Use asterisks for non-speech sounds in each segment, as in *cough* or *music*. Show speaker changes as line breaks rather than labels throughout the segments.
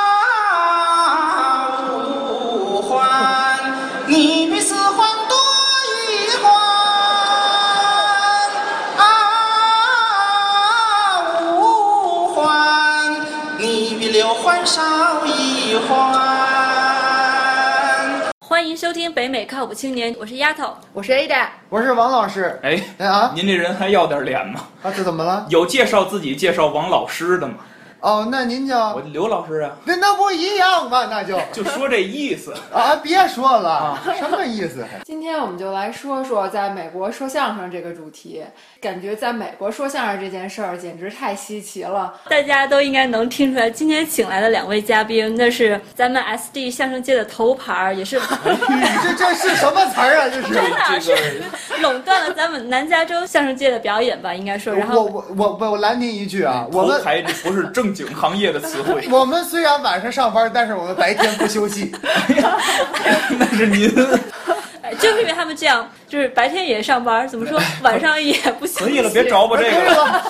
啊，五环，你比四环多一环。啊，五环，你比六环少一环。
欢迎收听北美靠谱青年，我是丫头。
我是 Ada，
我是王老师。
哎，
哎啊
您这人还要点脸吗？
啊，这怎么了？
有介绍自己介绍王老师的吗？
哦，那您
我
叫
刘老师啊，
那那不一样吗？那就
就说这意思。
啊，别说了，什么意思？
今天我们就来说说在美国说相声这个主题。感觉在美国说相声这件事儿简直太稀奇了。
大家都应该能听出来，今天请来的两位嘉宾，那是咱们 SD 相声界的头牌儿，也是
这这是什么词儿啊？这
真
是。
的
*laughs* 这
是
个
垄断了咱们南加州相声界的表演吧，应该说。然
我
后
我我我我拦您一句啊，我
头
们，
牌这不是正经行业的词汇
我们虽然晚上上班，但是我们白天不休息。
那是您。
哎就是因为他们这样，就是白天也上班，怎么
*laughs*
说晚上也不休息。
可以了，别找我这
哎
个了。
了，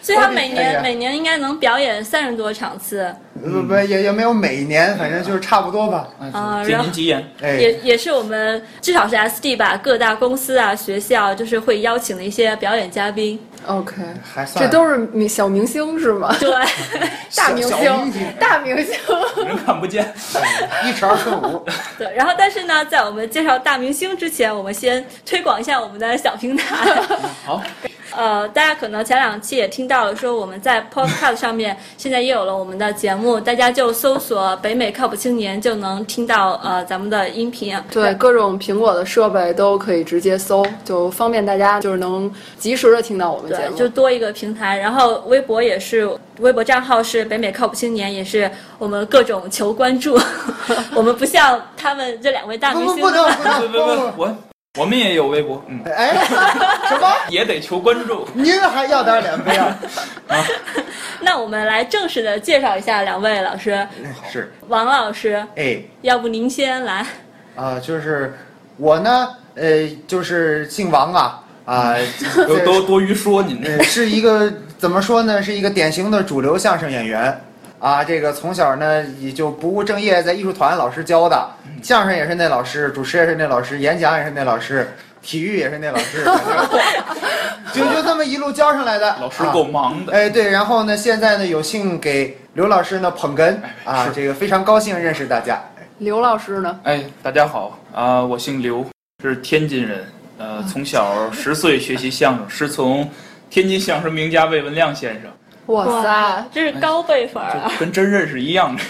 所以他每
哎
年
呀
每年应该能表演三十多场次
不不也也没有每年，反正就是差不多吧。
啊、
借
然
您
后。
吉言，
哎
也，也是我们至少是 SD 吧，各大公司啊、学校就是会邀请的一些表演嘉
*laughs*
宾。
OK，
还算
这都是明小明星是吗？ *laughs*
对，
大明
小
星
明星，
大明星。
人看不见。
一勺顺五。
对，然后但是呢，在我们介绍大明星之前，我们先推广一下我们的小平台。
*laughs*
好，
呃，大家可能前两期也听到了，说我们在 Podcast 上面现在也有了我们的节目，大家就搜索“北美靠谱青年”就能听到呃咱们的音频。
*laughs* 对，各种苹果的设备都可以直接搜，就方便大家就是能及时的听到我们节
对，
目。
就多一个平台。然后微博也是，微博账号是北美靠谱青年，也是我们各种求关
*laughs*
注。我们不像他们这两位大
不
明
不
星，
不能不
不不
能
不
不，
我我们也有微博，嗯，
不！哎，什么？
也得求关注。
您还要点脸不要？
那我们来正式的介绍一下两位老师，
是，
王老师，
哎。
要不您先来？
啊，就是我呢，呃，就是姓王啊，啊，
*laughs* 都
这
都多余说您这
呃是一个怎么说呢，是一个典型的主流相声演员啊。这个从小呢也就不务正业，在艺术团老师教的，
嗯
相声也是那老师，主持也是那老师，演讲也是那老师，体育也是那老师，
*laughs*
就就这么一路教上来的。
老师够
啊
忙的。
哎，对，然后呢，现在呢，有幸给刘老师呢捧哏啊
哎是，
这个非常高兴认识大家。
刘老师呢？
哎，大家好啊、我姓刘，是天津人。呃，从小十岁学习相声，师从天津相声名家魏文亮先生，
哇塞，，
这是高辈分儿啊！
这跟真认识一样的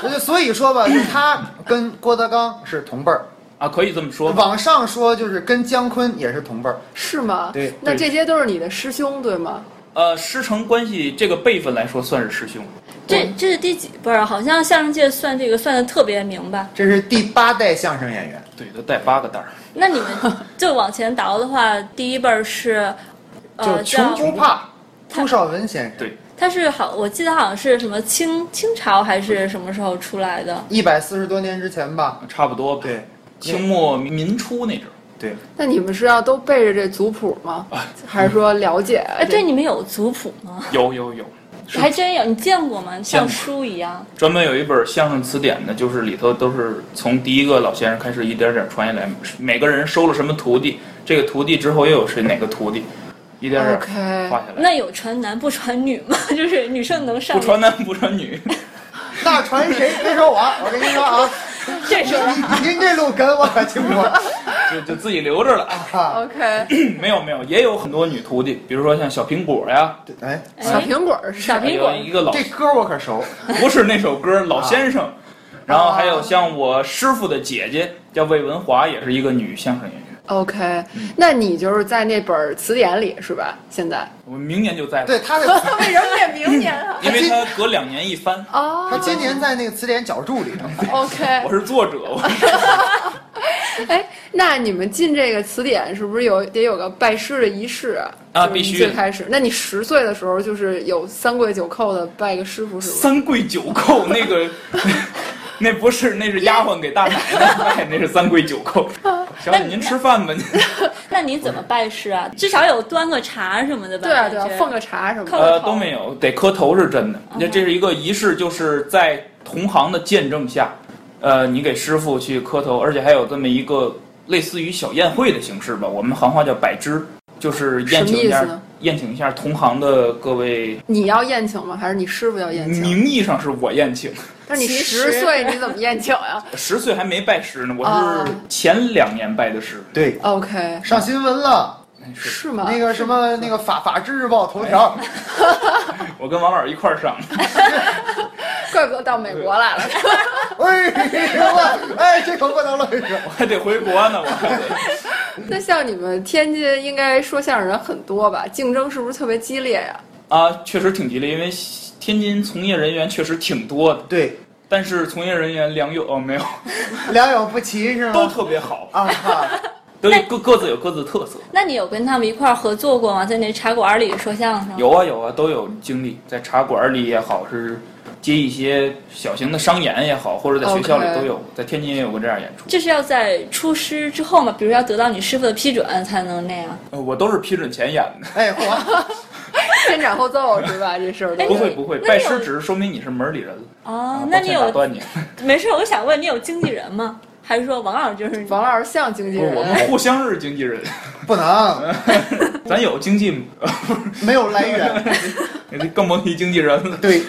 所以呃所以说吧，就是他跟郭德纲是同辈儿，
啊，可以这么说吧。
往上说就是跟姜昆也是同辈儿。
是吗？
对
那
对
这些都是你的师兄对吗？
呃，师承关系这个辈分来说算是师兄，
这这是第几辈儿啊？好像相声界算这个算的特别明白。
这是第八代相声演员，
对，都带八个蛋儿。
那你们
*laughs*
就往前倒的话，第一辈儿是，呃，
就穷
叫
不怕，朱绍文先生，
对
他是好，我记得好像是什么清清朝还是什么时候出来的？
一百四十多年之前吧。
啊差不多吧。，
对
清末民初那阵儿，
对，
那你们是要都背着这族谱吗？还是说了解？
哎，
*laughs*
对，你们有族谱吗？
有有有，
还真有，你见过吗？像
见过
书一样。
专门有一本相声词典呢，就是里头都是从第一个老先生开始一点点传下来，每个人收了什么徒弟，这个徒弟之后又有谁哪个徒弟，一点点
OK
画下来。
那有传男不传女吗？ *laughs* 就是女生能上
不，传男不传女，
那传谁？别说我，我跟您说啊，
这是
您您这路跟我可清楚。
就就自己留着了。 *clears throat*
啊，
OK，
没有没有，也有很多女徒弟，比如说像小苹果呀，
哎，
小
哎
苹果是
小
啥？
还
苹果
有一个老
这歌我可熟。
不是那首歌《老先生》，然后还有像我师傅的姐姐叫魏文华，也是一个女相声演员。
OK，那你就是在那本词典里是吧？现在
我明年就在了，
对，他的
为什么也明年啊？
因为他隔两年一翻。
他
哦
今年在那个词典角注里头。
，OK，
我是作者，我
哎，那你们进这个词典是不是有得有个拜师的仪式啊？
啊
就是
必须
最开始，那你十岁的时候就是有三跪九叩的拜个师傅是吗？
三跪九叩那 *laughs* *laughs* 哎个，那不是那是丫鬟给大奶奶拜，那是三跪九叩。小姐，您吃饭吧，您
哎那你怎么拜师啊？至少有端个茶什么的吧？
对啊对啊
感，觉
奉个茶什么 *laughs*
靠
的。
个
呃
头
都没有，得磕头是真的。那这是一个仪式，就是在同行的见证下，呃，你给师傅去磕头，而且还有这么一个类似于小宴会的形式吧，我们行话叫摆枝，就是宴请一
什么意
下
思呢，
宴请一下同行的各位。
你要宴请吗？还是你师傅要宴请？
名义上是我宴请，
但是你
其
十
实
岁你怎么宴请
*laughs*
呀
十岁还没拜师呢，我
啊
是前两年拜的师。
对，
？OK，
上新闻了，
是
是吗？
那个什么那个法法制日报头条，
我跟王老师一块儿上，
怪不得到美国来了。
哎呦，哎，这可不能乱说。
我还得回国呢，我还得。
*laughs* 那像你们天津应该说相声人很多吧？竞争是不是特别激烈呀？
啊，确实挺激烈，因为天津从业人员确实挺多的，
对，
但是从业人员良莠哦没有，
良莠不齐
嗯
是
都
吗？
特别好，
啊哈，
都各各自有各自特色。
那你有跟他们一块儿合作过吗？在那茶馆里说相声？
有啊有啊，都有经历，在茶馆里也好，是接一些小型的商演也好，或者在学校里
OK
都有在天津也有过这样演出。
这是要在出师之后嘛，比如要得到你师傅的批准才能那样。
呃我都是批准前演的，
哎，嚯，
先斩
*laughs*
后奏是吧？这事儿都
哎
不会不会，
那
拜
你有
师只是说明你是门儿里人了。
哦
啊，
那
抱
你
歉打
有 *laughs*
断你，
没事？我想问你有经纪人吗？还是说王老师就是
王老师像经纪
不是我
人，
们互相是经纪人， *laughs*
不能，
咱有经纪，
没有来源。
更甭提经纪人了。
对，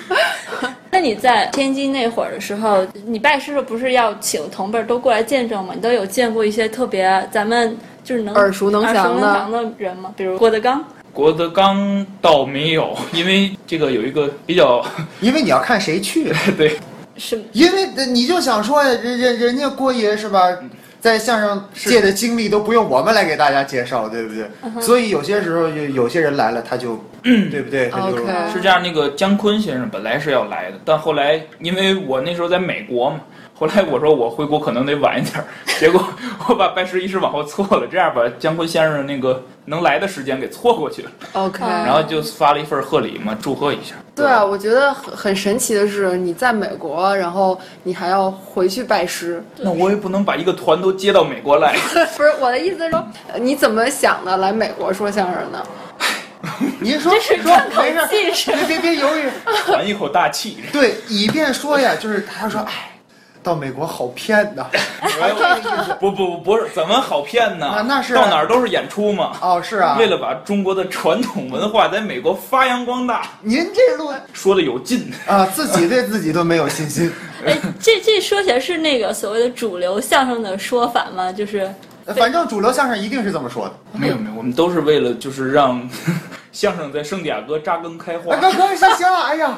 那你在天津那会儿的时候，你拜师的时候不是要请同辈儿都过来见证吗？你都有见过一些特别咱们就是能
耳熟能详的
耳熟能详的人吗？比如郭德纲，
郭德纲倒没有，因为这个有一个比较 *laughs*
因为你要看谁去，
对
是
因为你就想说人人人家郭爷是吧？在相声界的经历都不用我们来给大家介绍，对不
嗯
对？所以有些时候有有些人来了，他就，对不对？他
哦
就
OK
是这样，那个姜昆先生本来是要来的，但后来因为我那时候在美国嘛，后来我说我回国可能得晚一点儿， *laughs* 结果我把拜师仪式往后错了，这样把姜昆先生那个能来的时间给错过去了，
OK，
嗯
然后就发了一份贺礼嘛，祝贺一下。
对啊，我觉得很很神奇的是，你在美国，然后你还要回去拜师。 *laughs*
那我也不能把一个团都接到美国来， *laughs*
不是我的意思是说，呃你怎么想的来美国说相声呢？
您说
这是
说
看口
没事，
气势。
别别别犹豫，
喘一口大气。 *laughs*
对，以便说呀，就是他说，哎，到美国好
*laughs*
骗呐。
不不不，不是，怎么好骗呢？
啊那是啊
到哪儿都是演出嘛。
哦，是啊
为，了把中国的传统文化在美国发扬光大，
您这路
说的有劲。
啊，自己对自己都没有信
*laughs*
心，
哎， *laughs* 这这说起来是那个所谓的主流相声的说法吗？就是
反正主流相声一定是这么说的。
没有没有，我们都是为了就是让 *laughs* 相声在圣地亚哥扎根开花
哎，，哥哥，行行了，哎呀，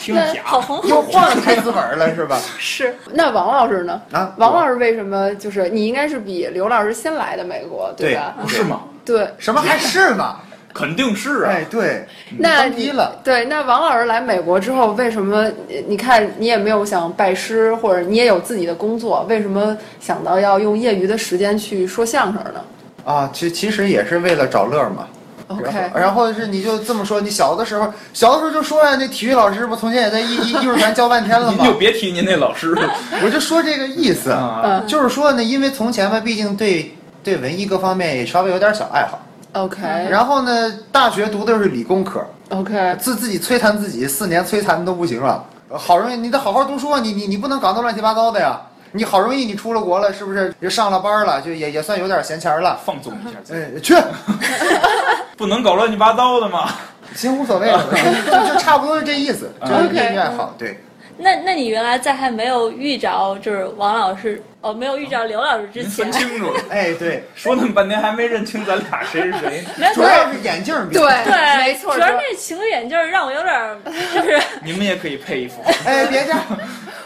听
好
假。
红好
又换了台词本了是吧？
是，那王老师呢？
*laughs*
啊，
王老师为什么就是你应该是比刘老师先来的美国，
对
吧？
不是吗？
对，
什么还是吗？
肯定 *laughs* 是啊。
哎，对，
那
当机
你
了
对，那王老师来美国之后，为什么呃你看你也没有想拜师，或者你也有自己的工作，为什么想到要用业余的时间去说相声呢
啊，其其实也是为了找乐儿嘛。然
？OK，
后，然后是你就这么说，你小的时候，小的时候就说呀、那体育老师不从前也在艺艺艺术团教半天了
您
吗？
就别提您那老师了
我就说这个意思，
啊。
嗯
就是说呢，因为从前吧，毕竟对对文艺各方面也稍微有点小爱好。
，OK，
然后呢，大学读的是理工科，
OK，
自自己摧残自己四年，摧残的都不行了。好容易你得好好读书啊，你你你不能搞那乱七八糟的呀。你好容易你出了国了，是不是就上了班了，就也也算有点闲钱了。
放纵一下自己，
嗯，去哎
不能搞乱七八糟的嘛。
行无所谓了，就就差不多是这意思，就是业余爱好。对，
那那你原来在还没有遇着就是王老师哦，没有遇着刘老师之
嗯
您
前
分，清楚了，
哎对，
说那么半天还没认清咱俩谁是谁呢。
没有
主要是眼镜儿比
对，
哎对，
没错，
主要是那情侣眼镜儿让我有点
*laughs*
儿就是。
你们也可以配一副。
哎别这样，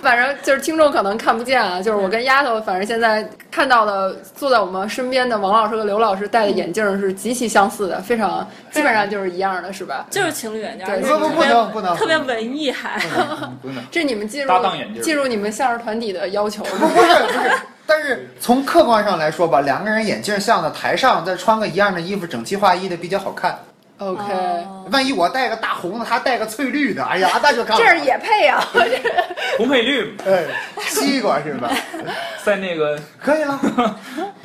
反正就是听众可能看不见啊，就是我跟丫头，反正现在看到的坐在我们身边的王老师和刘老师戴的眼镜是极其相似的，非常基本上就是一样的，是吧？
就是情侣眼镜儿，
对
就是
不
特
不不
别
能不能
特别文艺还。
这是你们进入
搭档眼镜
进入你们相声团体的要求是
不
吧
*laughs*
不是不是，但是从客观上来说吧，两个人眼镜像的，台上再穿个一样的衣服，整齐划一的比较好看。
*laughs* ？OK，、
哦
万一我戴个大红的，他戴个翠绿的，哎呀，那就看不
这
好
儿也配啊？
红配绿
哎，西瓜是
*laughs*
吧？
在那个
可以了，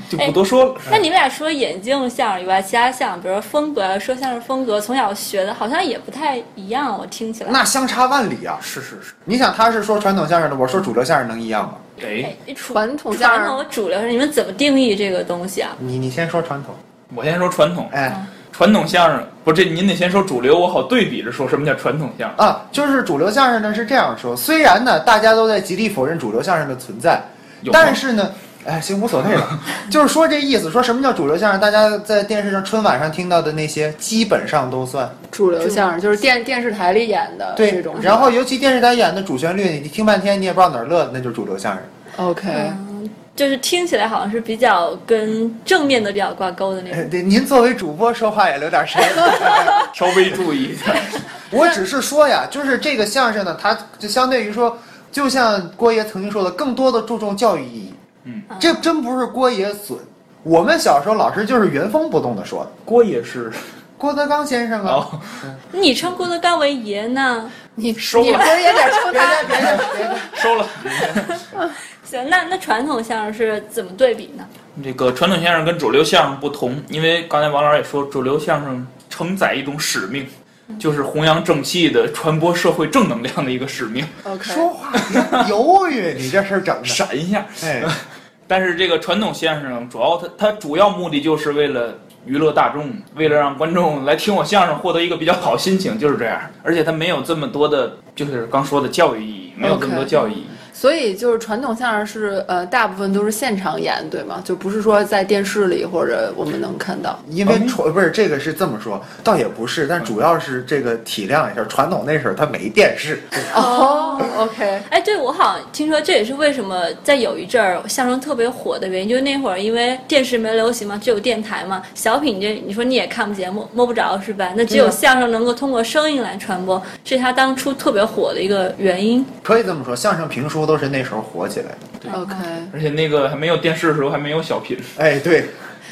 就不多说了。
那你们俩除了眼镜相声以外，其他像比如说风格，啊说相声风格，从小学的好像也不太一样，我听起来。
那相差万里啊！
是是是，
你想，他是说传统相声的，我说主流相声能一样吗？
哎，
哎传
*laughs* 传统相
传
声
统和主流，你们怎么定义这个东西啊？
你你先说传统，
我先说传统，
哎
传统相声不是这您得先说主流，我好对比着说什么叫传统相声。
啊，就是主流相声呢是这样说，虽然呢大家都在极力否认主流相声的存在，
有吗
但是呢，哎，行，无所谓
*laughs*
了，就是说这意思，说什么叫主流相声？大家在电视上春晚上听到的那些，基本上都算
主流相声就是电电视台里演的呃这
对
种。。
然后尤其电视台演的主旋律，你听半天你也不知道哪儿乐，那就是主流相声。
OK，
嗯，就是听起来好像是比较跟正面的比较挂钩的那
哎
种。
*laughs* 对，您作为主播说话也留点神。
稍微注意一下，
*laughs* 我只是说呀，就是这个相声呢，它就相对于说，就像郭爷曾经说的，更多的注重教育意义。
嗯，
这真不是郭爷损。我们小时候老师就是原封不动的说的，
郭也是
郭德纲先生 *laughs* 啊，
哦，
你称郭德纲为爷呢？
你你
收了
不是也得说
别 *laughs*
他
别别别别，
收了。
行，那那传统相声是怎么对比呢？
这个传统相声跟主流相声不同，因为刚才王老师也说，主流相声承载一种使命，
嗯
就是弘扬正气的、传播社会正能量的一个使命，
OK？
说话别犹豫，你这事儿整的，
闪一下。
*laughs* 哎，
但是这个传统相声主要它它主要目的就是为了娱乐大众，为了让观众来听我相声获得一个比较好心情，就是这样。而且它没有这么多的，就是刚说的教育意义，没有这么多
OK
教育意义。
所以就是传统相声是呃，大部分都是现场演，对吗？就不是说在电视里或者我们能看到。
因为传不是这个是这么说，倒也不是，但主要是这个体谅一下，传统那时候它没电视， *laughs*
哦，OK，
哎，对，我好像听说这也是为什么在有一阵儿相声特别火的原因，就是那会儿因为电视没流行嘛，只有电台嘛，小品这你说你也看不见摸摸不着是吧？那只有
嗯
相声能够通过声音来传播，是它当初特别火的一个原因。
可以这么说，相声评书都是那时候火起来的。
OK，
而且那个还没有电视的时候，还没有小
*laughs*
品。
哎，对，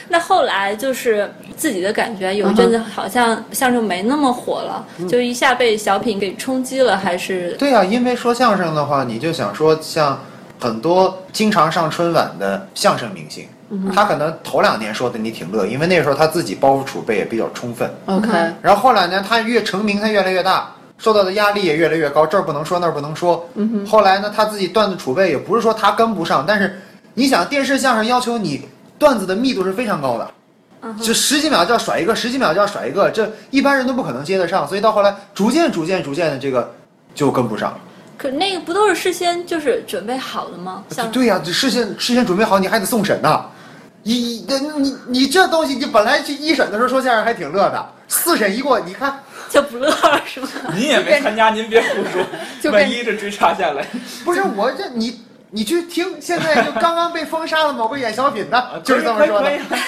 那后来就是自己的感觉，有一
嗯
阵子好像相声没那么火了，就一下被小品给冲击了，还是
对呀、啊因为说相声的话，你就想说像很多经常上春晚的相声明星，他可能头两年说的你挺乐，因为那时候他自己包袱储备也比较充分。
OK，
然后后来呢，他越成名，他越来越大，受到的压力也越来越高，这儿不能说那儿不能说。后来呢，他自己段子储备也不是说他跟不上，但是你想，电视相声要求你段子的密度是非常高的。
嗯
就十几秒就要甩一个，十几秒就要甩一个，这一般人都不可能接得上，所以到后来逐渐、逐渐、逐渐的这个就跟不上了。
可那个不都是事先就是准备好的吗？相 *laughs* 声
啊对呀、这事先事先准备好，你还得送审呢。你你你你这东西，你本来去一审的时候说相声还挺乐的，四审一过，你看
就不乐了是吧？
您也没参加，您别胡说，
就变
万一这追查下来，
不是我这你你去听，现在就刚刚被封杀的某个演小品的， *laughs* 就是这么说的
啊可以。可以可以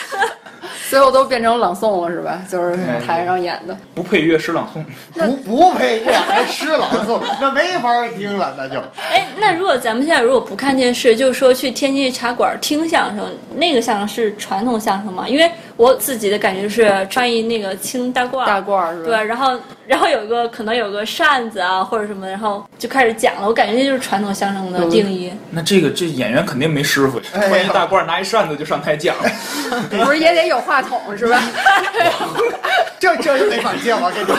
最后都变成朗诵了是吧？就是台上演的。
不配乐诗朗诵，
不不配乐还诗朗诵，那没法儿听了，那就
哎，那如果咱们现在如果不看电视，就说去天津茶馆听相声，那个相声是传统相声吗？因为我自己的感觉是穿一那个青大褂儿，
大褂儿是吧？
对，然后然后有一个可能有个扇子啊或者什么，然后就开始讲了。我感觉这就是传统相声的
嗯
定义。
那这个这演员肯定没师傅呀，
哎呀
穿一大褂拿一扇子就上台讲， *laughs*
不是也得有话筒是吧？
这这就没法接。我跟你说，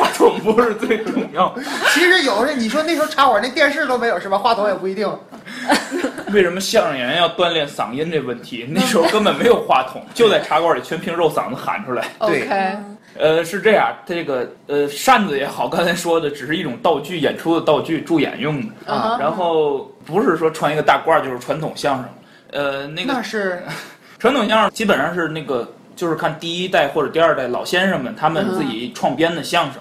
话筒不是最重要。
其实有时你说那时候茶馆那电视都没有是吧？话筒也不一定。
为什么相声演员要锻炼嗓音这问题？那时候根本没有话 *laughs* 筒，就在茶馆里全凭肉嗓子喊出来。
对
嗯
OK，
呃，是这样，这个呃扇子也好，刚才说的只是一种道具，演出的道具，助演用的。
嗯哼
啊然后不是说穿一个大褂就是传统相声，呃，那个
那是
传统相声基本上是那个，就是看第一代或者第二代老先生们他们自己创编的相声，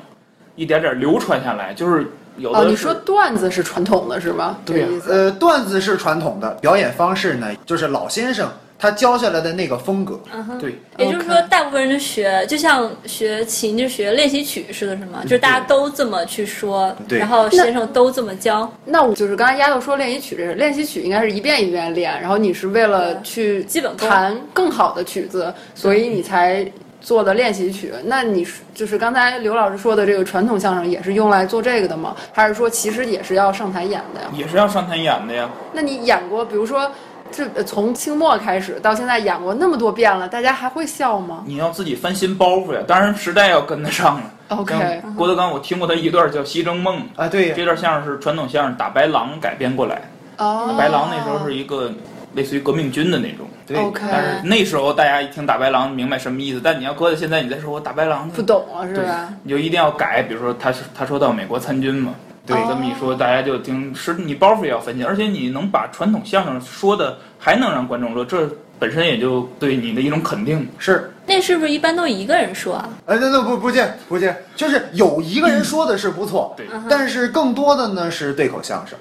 一点点流传下来，就是有的
哦，
是、
你说段子是传统的是吗？
对呀
这意思。
呃，段子是传统的，表演方式呢，就是老先生他教下来的那个风格。
嗯哼。
对，
也就是说，
OK
大部分人就学，就像学琴，就学练习曲似的，是吗？就是大家都这么去说，
对
然后先生都这么教。
那我就是刚才丫头说练习曲这事，练习曲应该是一遍一遍练，然后你是为了
对啊
去
基本功
弹更好的曲子，所以你才做的练习曲。那你就是刚才刘老师说的这个传统相声也是用来做这个的吗？还是说其实也是要上台演的呀？
也是要上台演的呀。
那你演过，比如说这呃从清末开始到现在演过那么多遍了，大家还会笑吗
你要自己翻新包袱呀，当然时代要跟得上了。
？OK，
像郭德纲，我听过他一段叫《西征梦》，
啊，对呀，
这段相声是传统相声打白狼改编过来。
哦，
白狼那时候是一个类似于革命军的那种，
对
OK，
但是那时候大家一听打白狼明白什么意思，但你要搁在现在，你再说我打白狼
不，啊懂了是
对
吧？，
你就一定要改。比如说他是他说到美国参军嘛，
对
这
哦
么一说，大家就听是你包袱也要分析，而且你能把传统相声说的还能让观众乐，这本身也就对你的一种肯定。
是，
那是不是一般都一个人说啊？
呃，那那不不见不见，就是有一个人说的是不错，
嗯对
嗯哼
但是更多的呢是对口相声。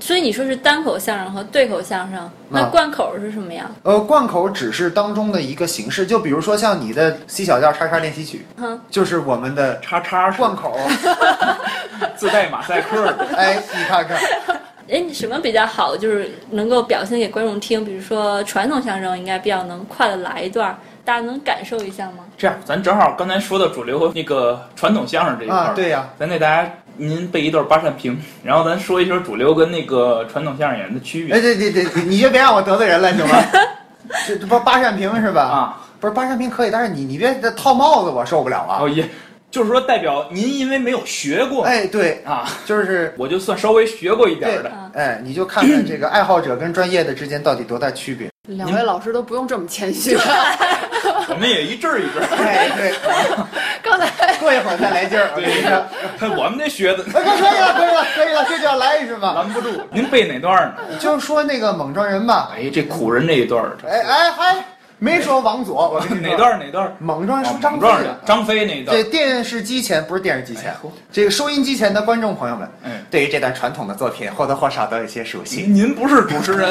所以你说是单口相声和对口相声，
啊
那贯口是什么呀？
呃，贯口只是当中的一个形式，就比如说像你的 C 小调叉叉练习曲，
嗯
就是我们的
叉叉是
贯
*laughs*
口。
自带马赛克的，
哎，你看看，
哎，你什么比较好？就是能够表现给观众听，比如说传统相声应该比较能快的来一段，大家能感受一下吗？
这样咱正好刚才说到主流和那个传统相声这一块儿、
啊，对呀、
咱给大家您背一段八扇屏，然后咱说一说主流跟那个传统相声演员的区别
哎，对对对，你就别让我得罪人了，行吗？这这不八扇屏是吧？，
啊。
不是八扇屏可以，但是你你别套帽子，我受不了啊！
哦也，就是说代表您因为没有学过、
哎，对，
啊，
就是
我就算稍微学过一点儿的，
啊，
哎，你就看看这个爱好者跟专业的之间到底多大区别。
两
您
位老师都不用这么谦虚了。 *laughs*
我们也一阵儿一阵儿。
哎，对，
刚才
过一会儿再来劲儿。我跟你说，哎，
*laughs* 我们这学的
可以了，可以了，可以了，这就要来一是吧？
拦不住。您背哪段呢？
就说那个猛撞人吧，
哎，这苦人这一段儿，
哎哎嗨，没说王佐，我跟你说
*laughs* 哪？段儿哪段儿？
猛撞人
哦
说张
猛
飞
撞
啊
人，张飞那一段
这
儿。
电视机前不是电视机
哎
前
呦，
这个收音机前的观众朋友们，
嗯，
对于这段传统的作品或多或少都有些熟悉。
您您不是主
*laughs*
持人，
我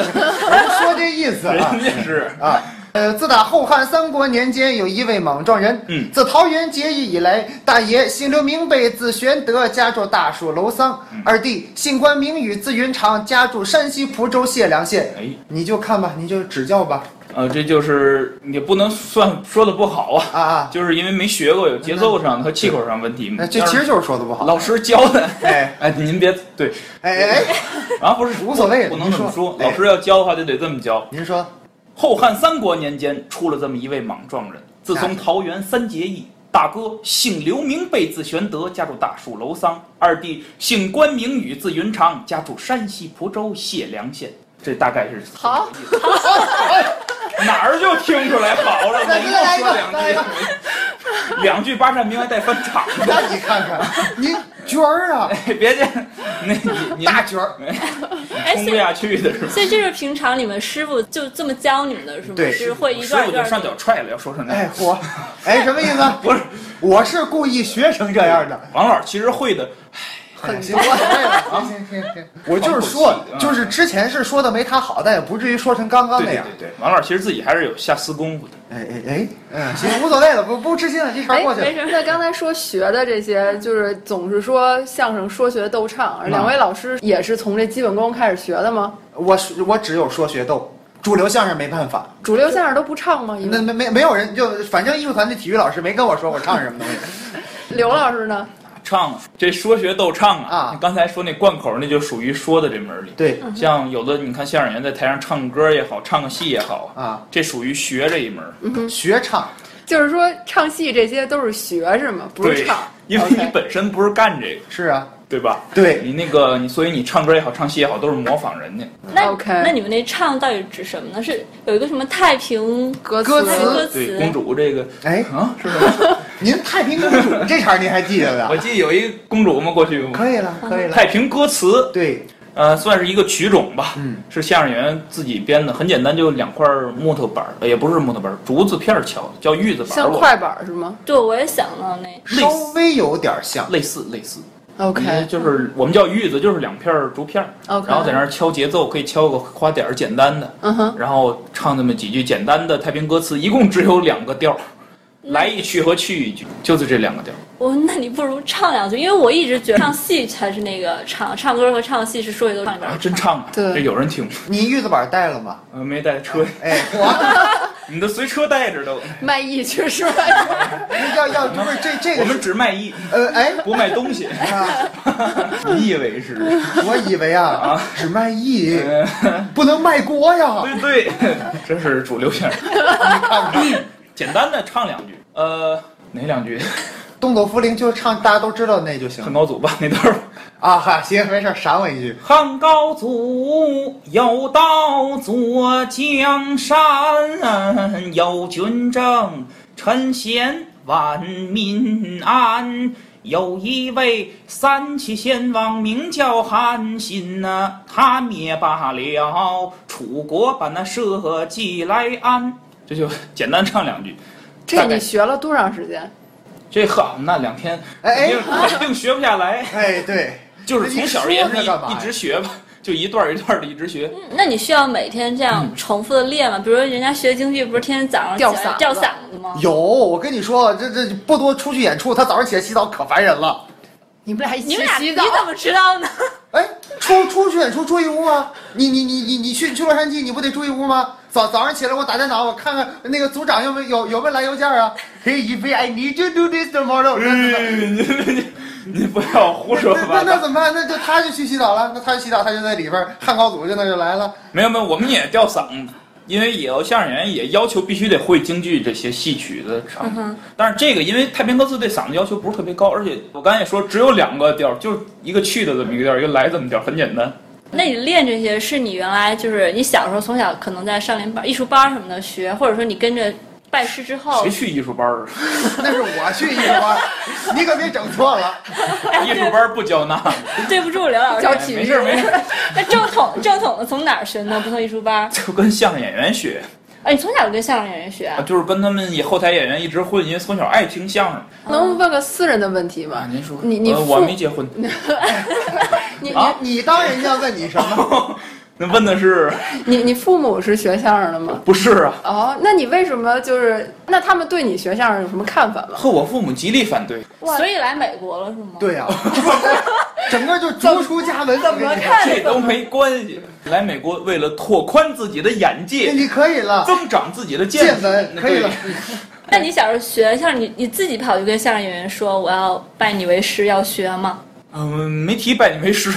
是说这意思啊
人家是
啊。呃，自打后汉三国年间，有一位莽撞人，
嗯
自桃园结义以来，大爷姓刘名备，字玄德，家住大树楼桑；
嗯
二弟姓关，名羽，字云长，家住山西蒲州解良县。
哎，
你就看吧，你就指教吧。
*laughs* 呃，这就是也不能算说的不好啊，
啊啊，
就是因为没学过，有节奏上和气口上问题嘛
那。哎这其实就是说的不好。
老师教的， *laughs*
哎
哎，您别对，
哎哎，
啊，不是
无所谓
不能这么
哎
说。
您说哎
老师要教的话，就得这么教。
您说
后汉三国年间出了这么一位莽撞人，自从桃园三结义，大哥姓刘名备，字玄德，家住大树楼桑；二弟姓关名羽，字云长，家住山西蒲州解良县。这大概是
好，
哪儿就听出来好了，
*laughs* 再
我们
再来一
又
个
说
再来一
两句，两句八扇屏还带翻场的，
那你看看，您角儿啊，
别介，
*laughs*
那你你
大角
*laughs*
儿，
哎，
冲
所
不
以
下去的是吧？
所以这就是平常你们师傅就这么教你们的，是吗？
对
就是会一
师
段
傅
一
就
段
上
地
脚踹了，要说成那
哎
样。
我，哎什么意思？
不是，
我是故意学成这样的。
王老师其实会的，
很多啊！行行行，我就是说，就是之前是说的没他好，但也不至于说成刚刚
对
那
嗯对
样。
对对，王老师其实自己还是有下私功夫的。
哎哎哎，嗯，行，无所谓了，不不痴心了，这
*laughs*
哎
事儿过去
哎没
了。
事儿。
那刚才说学的这些，就是总是说相声说学逗唱，
嗯
而两位老师也是从这基本功开始学的吗？
我是我只有说学逗，主流相声没办法，
主流相声都不唱
嗯
吗？因
那
为
没没没有人就，反正艺术团的体育老师没跟我说我唱什么东
*laughs*
西。
刘老师呢？
唱这说学逗唱
啊
啊，你刚才说那贯口，那就属于说的这门儿里。
对
像有的你看相声演员在台上唱歌也好，唱个戏也好，
啊，
这属于学这一门儿。
学唱，
就是说唱戏这些都是学是吗？不是
对
唱，
因为
OK
你本身不是干这个，
是啊，
对吧？
对，
你那个你，所以你唱歌也好，唱戏也好，都是模仿人家。
那
OK
那你们那唱到底指什么呢？是有一个什么太平
歌
歌
太平
词
歌
对，
词？
公主这个
哎，
啊，是什么？
您太平公主这茬您还记得
*laughs* 我
的？
记得有一个公主嘛，过去
啊可以了，可以了。
太平歌词，
对，
呃，算是一个曲种吧。
嗯，
是相声演员自己编的，很简单，就两块木头板儿，呃也不是木头板儿，竹子片儿敲，叫玉子板儿。
像
我
快板儿是吗
对，我也想到那。
稍微有点像。
类似类似
？OK，嗯
就是我们叫玉子，就是两片儿竹片儿
OK
嗯然后在那儿敲节奏，可以敲个花点儿，简单的，*laughs*
嗯哼，
然后唱那么几句简单的太平歌词，一共只有两个调儿，*laughs*
嗯
来一句和去一句，就是这两个调儿。
我那你不如唱两句，因为我一直觉得唱戏才是那个唱唱歌和唱戏是说一个唱一段
啊，。真唱啊！
对嗯
这有人听吗，
你玉子板带了吗？
呃，没带车。
哎，我 *laughs*
你的随车带
*laughs*
着都，
卖艺去是吧？
要要不是这这
我
个
们
是
只卖艺，
呃哎，
不卖东
*laughs*
西。
啊，
你以为是？
*laughs* 我以为啊只卖艺
呃
*laughs* 不能卖国呀，
对对， *laughs* 这是主流相声。
看看
*laughs* 简单的唱两句，呃，哪两句？ *laughs*
东斗福灵就唱大家都知道那就行
汉高祖吧，那段儿。 *laughs*
啊哈，行没事儿闪我一句，
汉高祖有道左江山，有军政臣贤万民安。有一位三齐贤王，名叫韩信呐、他灭罢了楚国，把那社稷来安。这就简单唱两句。
这你学了多长时间？
这好，那两天肯
哎
定肯定学不下
*laughs*
来，
哎对，
就是从小也是
那你说它干嘛
一一
呀
直学吧， *laughs* 就一段一段的一直学。
嗯那你需要每天这样
嗯
重复的练吗？比如说人家学京剧，不是天天早上
吊
起来
嗓
吊
子
嗓子吗？
有我跟你说，这这不多出去演出，他早上起来洗澡可烦人了。
你们俩一
你
起
们俩你
洗澡，
怎么知道呢？ *laughs*
哎，出出去演出住一屋吗？你你你你你去你去洛杉矶，你不得住一屋吗？早早上起来我打电脑，我看看那个组长有没有有有没有来邮件啊？嘿，一飞，I need to do this tomorrow
嗯，你你不要胡说
那那
八
那
道。
怎么办？那就他就去洗澡了，那他去洗澡，他就在里边儿，汉高祖就那就来了。
没有没有，我们也吊嗓子，因为也要相声演员也要求必须得会京剧这些戏曲的唱。
嗯
哼
但是这个因为太平歌词对嗓子要求不是特别高，而且我刚才也说只有两个调儿，就是一个去的这么一个调儿，一个来这么调儿，很简单。
那你练这些是你原来就是你小时候从小可能在少年班、艺术班什么的学，或者说你跟着拜师之后
哦
谁，去艺术班
*laughs*
儿啊？
那是我去艺术班，你可别整错
*laughs*
了。
艺术班儿不教那个。
对不住刘老师
教，
哎
体
没
育
事儿没事儿，
那正统正统的从哪儿学呢？不从艺术班？
就跟相声演员学。
啊，你从小就跟相声演员学
啊，
啊？
就是跟他们也后台演员一直混，因为从小爱听相声。
能问个私人的问题
啊，
吗？
您说，
你你
呃
父
我没结婚，
你你
啊
你当人家问你什么？
*laughs* 那问的是
你你父母是学相声的吗？
不是啊？
哦，那你为什么就是那他们对你学相声有什么看法吗？
和我父母极力反对，
哇
所以来美国了是吗？，
啊对
*laughs*
呀、整个就逐出家门。
怎
我
么
跟你
看？
这都没关系。来美国为了拓宽自己的眼
说
界，
你可以了，
增长自己的
哎见
识，
闻可以了
对。
那你小时候学像你你自己跑去跟相声演员说我要拜你为师要学吗？
嗯，没提拜你为师， *laughs*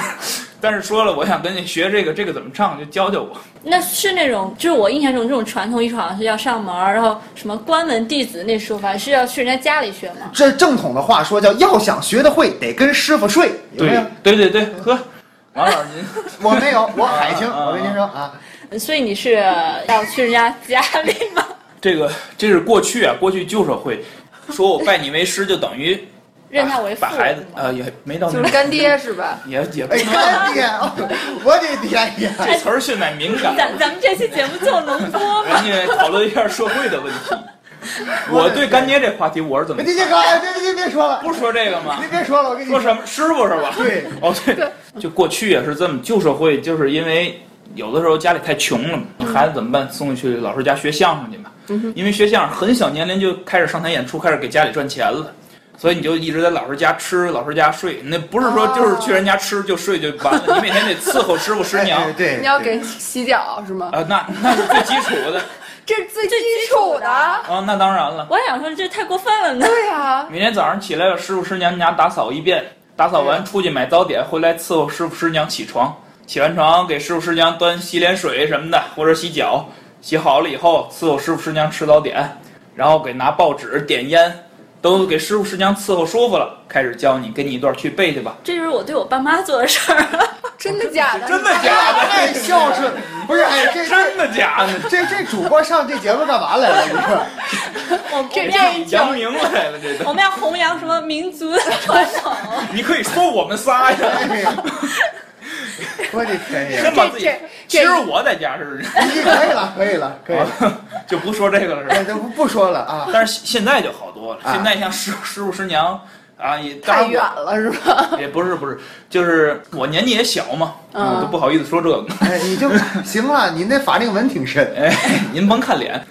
但是说了，我想跟你学这个，这个怎么唱，就教教我。
那是那种，就是我印象中这种传统艺术好像是要上门儿，然后什么关门弟子那说法是要去人家家里学吗？
这正统的话说叫要想学得会，得跟师傅睡，有没
对
有？
*laughs* 对对对，呵，王老师您
我没有，我海清，
啊啊
我跟您说啊，
所以你是要去人家家里吗？
这个这是过去啊，过去旧社会，说我拜你为师，就等于
认他为父
把孩子
是吗
呃也没到那
就
个
是干爹是吧？
也也不
哎，干爹，我的天呀！
这词儿现在敏感，
咱咱们这期节目就能播吗？
人家讨论一下社会的问题。我对干爹这话题我是怎么
你？这个，哎别别别别说了，
不是说这个吗
您？别说了，我跟你
说什么师傅是吧？
对，
哦对，就过去也是这么，旧社会就是因为有的时候家里太穷了嘛，孩子怎么办？送去老师家学相声去吧。因为学相声很小年龄就开始上台演出，开始给家里赚钱了。所以你就一直在老师家吃，老师家睡，那不是说就是去人家吃就睡就完了，你每天得伺候师傅师
哎
娘
哎对，
你要
对
给洗脚是吗？
啊，那那是最基础的
这是最基
础
础
的
的。
啊，那当然了。
我还想说这太过分了呢。
对啊呀，
每天早上起来，师傅师娘家打扫一遍，打扫完出去买早点，回来伺候师傅师娘起床，起完床给师傅师娘端洗脸水什么的，或者洗脚，洗好了以后伺候师傅师娘吃早点，然后给拿报纸点烟，都给师傅师娘伺候舒服了，开始教你，给你一段去背去吧。
这就是我对我爸妈做的事儿。
真的假的？
真的假的？
太孝顺，不哎是？哎，这这
真的假的？
这这主播上这节目干嘛来了？你说。
我我们
这
要
扬名来了，这
我
都，
们要弘扬什么民族的传统？
你可以说我们仨呀。
哎呀我的天呀！
真把自己
这，
其
这
实我在家是，
你可以了，可以了，可以了，
就不说这个了，是吧？
哎，就不不说了啊。
*laughs* 但是现在就好多了，
啊
现在像师师傅师娘啊，也当然我
太远了是吧？
也不是不是，就是我年纪也小嘛，我都
嗯，
不好意思说这个。
哎，你就行了，你那法令纹挺深。
哎，您甭看
*laughs*
脸，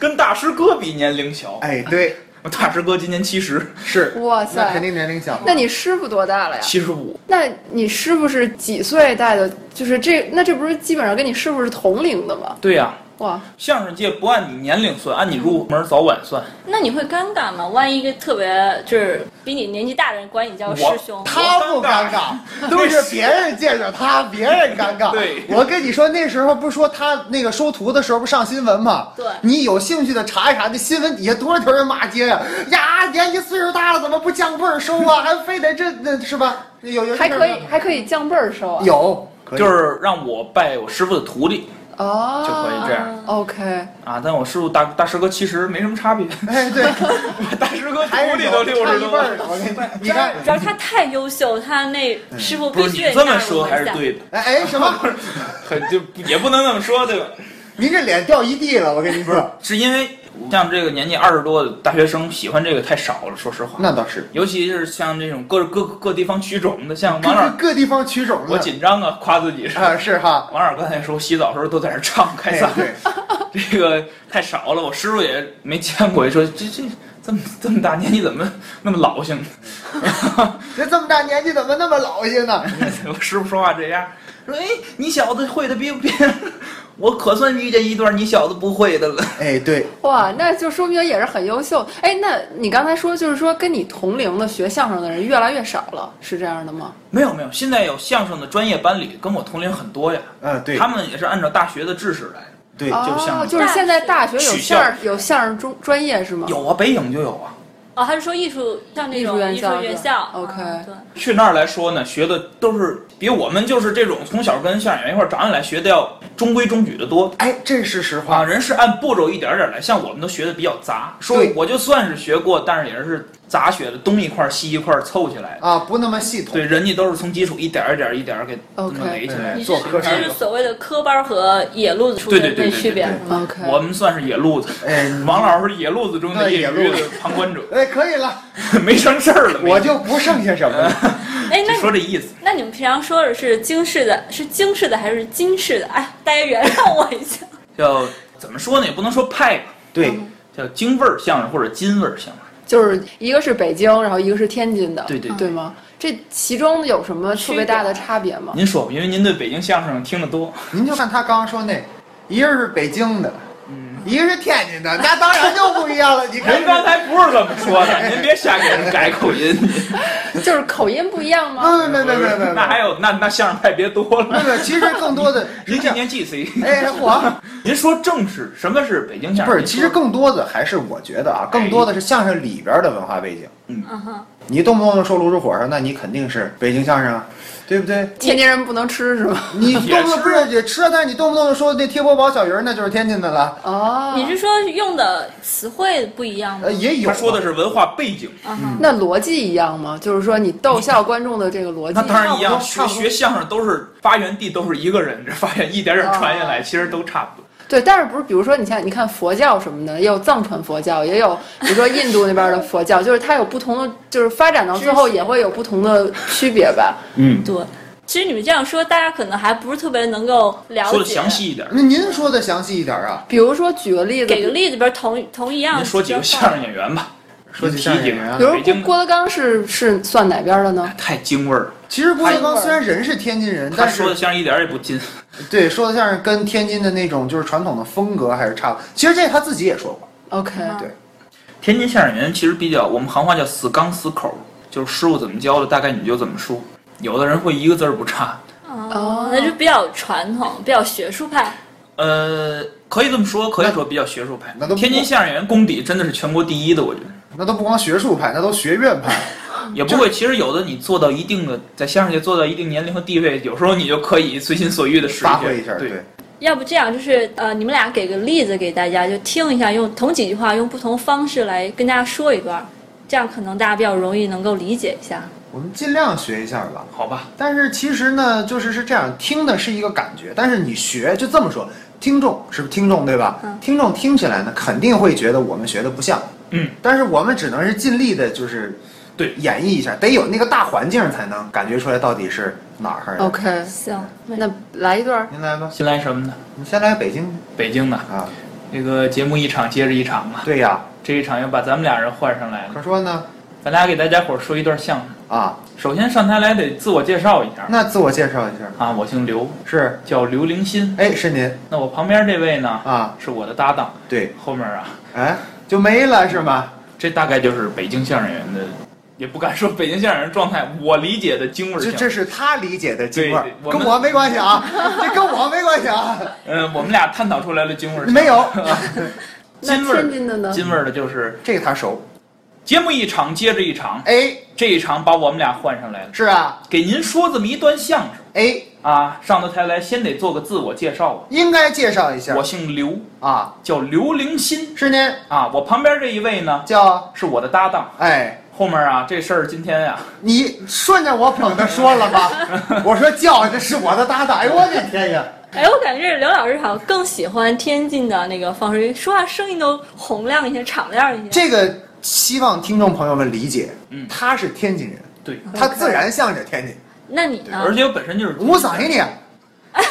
跟大师哥比年龄小。
哎，对，
我大师哥今年七十，
是，
哇
那肯
塞！
定年龄小。
那你师傅多大了呀？
七十五，
那你师傅是几岁带的？就是这，那这不是基本上跟你师傅是同龄的吗？
对呀、
哇，
相声界不按你年龄算，按你入门早晚算。
那你会尴尬吗？万一一个特别就是比你年纪大的人管你叫师兄
我，
他不尴尬，都是别人介绍他，别人尴尬。
对
我跟你说，那时候不是说他那个收徒的时候不上新闻吗？
对
你有兴趣的查一查，那新闻底下多少条人骂街呀、呀，年纪岁数大了，怎么不降辈儿收啊？ *laughs* 还非得这那是吧？有有这
还
事儿
可
吗
以，还可以降辈儿收啊？
有，可以
就是让我拜我师傅的徒弟
哦，
就可以这样。
嗯
OK，
啊，但我师傅大大师哥其实没什么差别，
哎对，
大师哥
还
徒
是
弟都六
差
十
一辈
多
儿
了。
的。我跟你
主
你
要
看，
主要他太优秀，他那师傅
嗯不
必
是
须
你
得
这么
纳入
说
门
还是
下。
对的，
哎哎什么？
很就也不能那么说，对吧？
您这脸掉一地了，我跟你
*laughs*
说。
是因为像这个年纪二十多的大学生喜欢这个太少了，说实话，
那倒是，
尤其是像这种各各各地方取种的，像
各
王
各
老，
各地方取种
我
的
紧张啊，夸自己是吧。
啊是哈。
王老刚才说洗澡时候都在那唱开嗓
哎，对，
这个太少了，我师傅也没见过，说这这这么这么大年纪怎么那么老性？
这这么大年纪怎么那么老些呢？
*laughs* 我师傅说话这样，说哎，你小子会的比比， *laughs* 我可算遇见一段你小子不会的了。
哎对，
哇，那就说明也是很优秀。哎，那你刚才说就是说跟你同龄的学相声的人越来越少了，是这样的吗？
没有没有，现在有相声的专业班里跟我同龄很多呀，
嗯对
他们也是按照大学的知识来的。
对
就像
哦，就是现在大学有
取
相声有相声专专业是吗？
有啊，北影就有啊。
哦，他是说艺术像那
艺术
种
院
艺术
校
院
是吧
校。
OK
嗯对。
去那儿来说呢，学的都是比我们就是这种从小跟相声演员一块儿长起来学的要中规中矩的多。
哎，这是实
啊，
话。
人是按步骤一点点来，像我们都学的比较杂。说
对
我就算是学过，但是也是杂学的，东一块儿西一块儿凑起来的。
啊，不那么系统
对，。人家都是从基础一点儿一点儿一点儿给这
OK
么垒起来的。
哎
你
做
是
科室
这是所谓的科班和野路子出
对
身
对对
的
对
区别
对
是吗？
哦 OK，
我们算是野路子，
哎，
王老师是野路子中的
对
业
野
余
路
的
子
旁观者， *laughs*
哎，可以了，
没什事儿了。没
我就不剩下什么
嗯
了。
哎，
就
那
说这意思。
那你们平常说的是京式的，是京式的还是京式的？哎，大家原谅我一下。
叫怎么说呢？也不能说派吧，
对，
叫京味儿相声或者京味儿相声。
就是一个是北京，然后一个是天津的，
对对
对吗？这其中有什么特别大的差别吗？
您说吧，因为您对北京相声听得 *laughs* 多。
您就看他刚刚说那，一个是北京的，
嗯，
一个是天津的，那当然就不一样了。你看
您哎刚才不是这么说的，您别瞎给人改口音。
就是口音不一样吗？
嗯
啊，没没没没没
那还
没
有那那相声派别多了。
没，其实更多的，
*laughs* 您
您
今
这，
年 GC，
哎，我
您说正是什么是北京相
不
声？
是，其实更多的还是我觉得啊，更多的是相声里边的文化背景。
嗯哼，
你动不动说泸州火烧，那你肯定是北京相声，啊，对不对？
天津人不能吃是
*laughs*
吗？
你
也
动不动
是
不是也吃啊，但是你动不动说那贴锅包小鱼儿，那就是天津的了。
哦，
你是说用的词汇不一样吗
呃，？也有
他说的
是
是文化背景，
嗯哼，
那逻辑一样吗？就是说你逗笑观众的这个逻辑，
那当然一样。
差
学
不多
学相声都是发源地都是一个人，这发源一点点传下
嗯
来，
哦
其实都差不多。
对，但是不是比如说你像你看佛教什么的，也有藏传佛教，也有比如说印度那边的佛教，就是它有不同的，就是发展到最后也会有不同的区别吧。
嗯。
对。其实你们这样说，大家可能还不是特别能够了
说的
解。
详细一点，
那您说的详细一点啊？
比如说举个例子，
给个例子，比如同同一样。
您说几个相声演员吧。
说起
提
相声
几
演
个
员啊
比，如
北京
郭郭德纲是是算哪边的呢？
太京味儿了。
其实郭德纲虽然人是天津人，
他
但
说的
是
相声一点儿也不近。
对说的相声跟天津的那种就是传统的风格还是差不。其实这他自己也说过，
OK，
嗯
对
天津相声演员其实比较，我们行话叫死刚死口儿，就是师傅怎么教的，大概你就怎么说。有的人会一个字儿不差，
哦，那就比较传统，比较学术派。
呃，可以这么说，可以说比较学术派
那都。不
天津相声演员功底真的是全国第一的，我觉得
那都不光学术派，那都学院
*laughs*
派。
也不会。其实有的你做到一定的，在相声界做到一定年龄和地位，有时候你就可以随心所欲的使
发挥一下，
对，
对，
要不这样，就是呃，你们俩给个例子给大家，就听一下，用同几句话，用不同方式来跟大家说一段，这样可能大家比较容易能够理解一下。
我们尽量学一下吧。
好吧。
但是其实呢，就是是这样，听的是一个感觉，但是你学就这么说，听众是不是听众对吧？
嗯
听众听起来呢，肯定会觉得我们学的不像，
嗯，
但是我们只能是尽力的，就是
对
演绎一下，得有那个大环境才能感觉出来到底是哪儿的。
OK，
行，
那来一段儿。
您来吧，
新来什么呢？
你先来北京
北京的
啊，
这个节目一场接着一场嘛，
对呀，
这一场又把咱们俩人换上来了。
可说呢，
咱俩给大家伙儿说一段相声，
啊。
首先上台来得自我介绍一下
那自我介绍一下，
啊，我姓刘，
是，
叫刘灵心。
哎，是您
那我旁边这位呢，
啊？
是我的搭档。
对，
后面啊，
哎，就没了是吗？
这大概就是北京相声演员的，也不敢说北京相声演员状态，我理解的京味儿
这
相
这是
声。
他理解的京味儿
对，我们
跟我没关系啊，这跟我没关系啊，
嗯，我们俩探讨出来的京味儿相声
*laughs* 没有，
那
京味
天
儿，
津的呢？
京味儿的就是
这个他熟。
节目一场接着一场，
哎，
这一场把我们俩换上来了，
是啊，
给您说这么一段相声
哎，
啊。上到台来，先得做个自我介绍啊。
应该介绍一下
我姓刘，
啊，
叫刘灵心
是您
啊。我旁边这一位呢，
叫
是我的搭档。
哎，
后面啊，这事儿今天呀、
你顺着我捧着说了
*laughs*
吧，我说叫这是我的搭档，哎呦我的天呀，
哎，我感觉刘老师好像更喜欢天津的那个方式，说话声音都洪亮一些，敞亮一些。
这个希望听众朋友们理解，
嗯
他是天津人，
对，
他自然向着天津，
那你呢
而？且我本身就是
我上海人。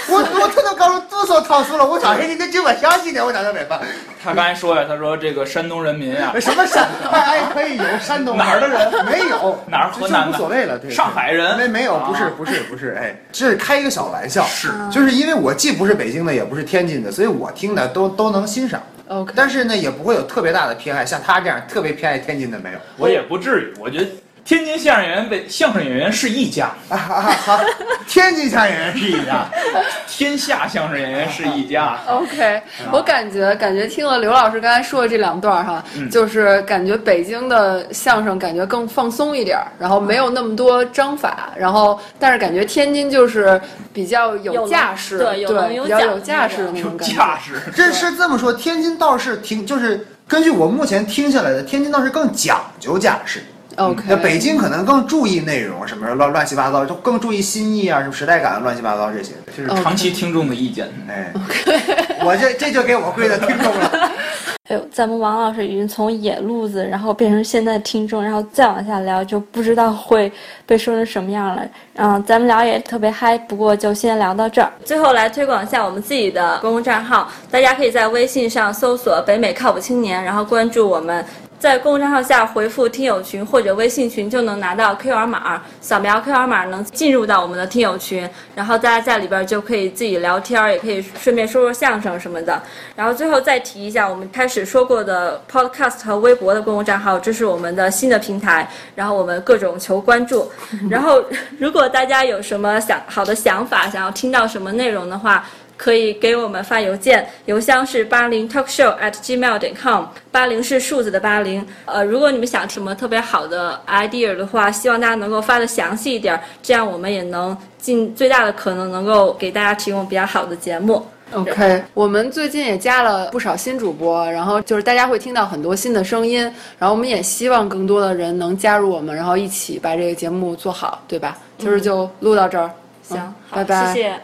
我我听到高多少趟说了，我上海人，你这我相信的，我哪能没办？
他刚才说呀，他说这个山东人民啊呀、
什么山？哎哎，可以有山东
哪儿的
人？没有，
哪儿河南
这
的
无所谓了。对，
上海人
哎没没有，不是
啊
不是不是，哎，这是开一个小玩笑，
是
嗯
就是因为我既不是北京的，也不是天津的，所以我听的都都能欣赏，
OK，
但是呢，也不会有特别大的偏爱，像他这样特别偏爱天津的没有。
我也不至于。我觉得天津相声演员被相声演员是一家，
啊啊啊！天津腔人是一
*laughs*
样，
天下相声演员是一家。
哦 OK，我感觉感觉听了刘老师刚才说的这两段儿哈，
嗯
就是感觉北京的相声感觉更放松一点儿，然后没有那么多章法，然后但是感觉天津就是比较有
有
架势，
对有棱有
比较
角
有
的
架
那
势的那
有
种感觉。
架势，
这是这么说。天津倒是挺，就是根据我目前听下来的，天津倒是更讲究架势。
OK，
那北京可能更注意内容，什么乱乱七八糟，就更注意新意啊，什么时代感啊，乱七八糟这些。
这是长期听众的意见。
哎，我这这就给我跪在听众了。
哎呦，咱们王老师已经从野路子，然后变成现在听众，然后再往下聊，就不知道会被说成什么样了。嗯，咱们聊也特别嗨，不过就先聊到这儿。最后来推广一下我们自己的公共账号，大家可以在微信上搜索“北美靠谱青年”，然后关注我们。在公众账号下回复“听友群”或者微信群，就能拿到 QR 码，扫描 QR 码能进入到我们的听友群，然后大家在里边就可以自己聊天儿，也可以顺便说说相声什么的。然后最后再提一下，我们开始说过的 Podcast 和微博的公共账号，这是我们的新的平台，然后我们各种求关
*laughs*
注。然后如果大家有什么想好的想法，想要听到什么内容的话。可以给我们发邮件，邮箱是八零 talkshow at gmail 点 com，八零是数字的八零。呃，如果你们想什么特别好的 idea 的话，希望大家能够发的详细一点，这样我们也能尽最大的可能能够给大家提供比较好的节目。
OK，我们最近也加了不少新主播，然后就是大家会听到很多新的声音，然后我们也希望更多的人能加入我们，然后一起把这个节目做好，对吧？今儿就录到这儿，
行，好，
嗯拜拜
谢谢。